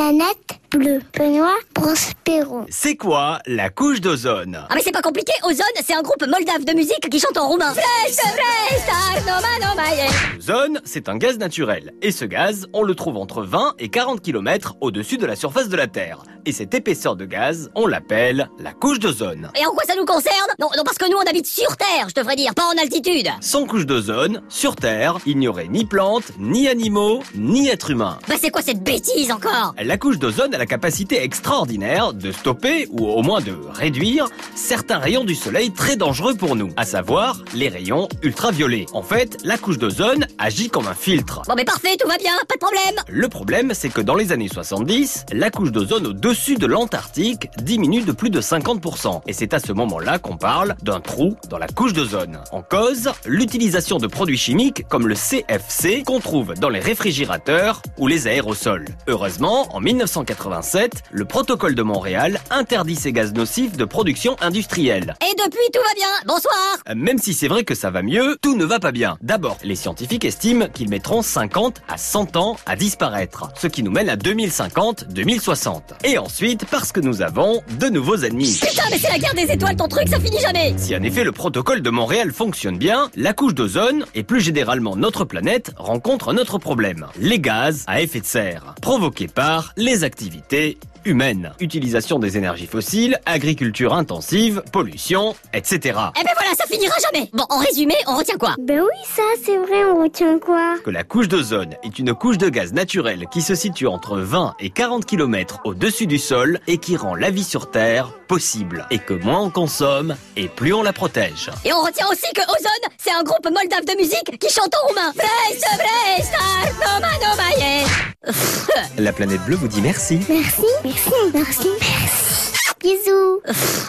Planète bleue. Benoît Prospero. C'est quoi la couche d'ozone Ah mais c'est pas compliqué, Ozone, c'est un groupe moldave de musique qui chante en roumain. Fresh, fresh, star, no man, no man, yeah. L'ozone, c'est un gaz naturel. Et ce gaz, on le trouve entre 20 et 40 km au-dessus de la surface de la Terre. Et cette épaisseur de gaz, on l'appelle la couche d'ozone. Et en quoi ça nous concerne non, non, parce que nous on habite sur Terre, je te ferais dire, pas en altitude. Sans couche d'ozone, sur Terre, il n'y aurait ni plantes, ni animaux, ni êtres humains. Bah c'est quoi cette bêtise encore La couche d'ozone a la capacité extraordinaire de stopper, ou au moins de réduire, certains rayons du soleil très dangereux pour nous, à savoir les rayons ultraviolets. En fait, la couche d'ozone agit comme un filtre. Bon mais parfait, tout va bien, pas de problème. Le problème, c'est que dans les années 70, la couche d'ozone au-dessus de l'Antarctique diminue de plus de 50%. Et c'est à ce moment-là qu'on parle d'un trou dans la couche d'ozone. En cause, l'utilisation de produits chimiques comme le CFC qu'on trouve dans les réfrigérateurs ou les aérosols. Heureusement, en 1987, le protocole de Montréal interdit ces gaz nocifs de production industrielle. Et depuis tout va bien, bonsoir. Même si c'est vrai que ça va mieux, tout ne va pas bien. D'abord, les scientifiques estiment qu'ils mettront 50 à 100 ans à disparaître, ce qui nous mène à 2050-2060. Et ensuite, parce que nous avons de nouveaux ennemis. Putain mais c'est la guerre des étoiles ton truc, ça finit jamais. Si en effet le protocole de Montréal fonctionne bien, la couche d'ozone, et plus généralement notre planète, rencontre un autre problème. Les gaz à effet de serre, provoqués par les activités humaines. Utilisation des énergies fossiles, agriculture intensive, pollution, etc. Eh ben voilà, ça finira jamais. Bon, en résumé, on retient quoi Ben oui, ça, c'est vrai, on retient quoi Que la couche d'ozone est une couche de gaz naturel qui se situe entre 20 et 40 km au-dessus du sol et qui rend la vie sur Terre possible. Et que moins on consomme et plus on la protège. Et on retient aussi que Ozone, c'est un groupe moldave de musique qui chante en roumain. Fresh, fresh, star, no man, no man, yeah. Pff, La planète bleue vous dit merci. Merci, merci, merci, merci. Bisous. pff.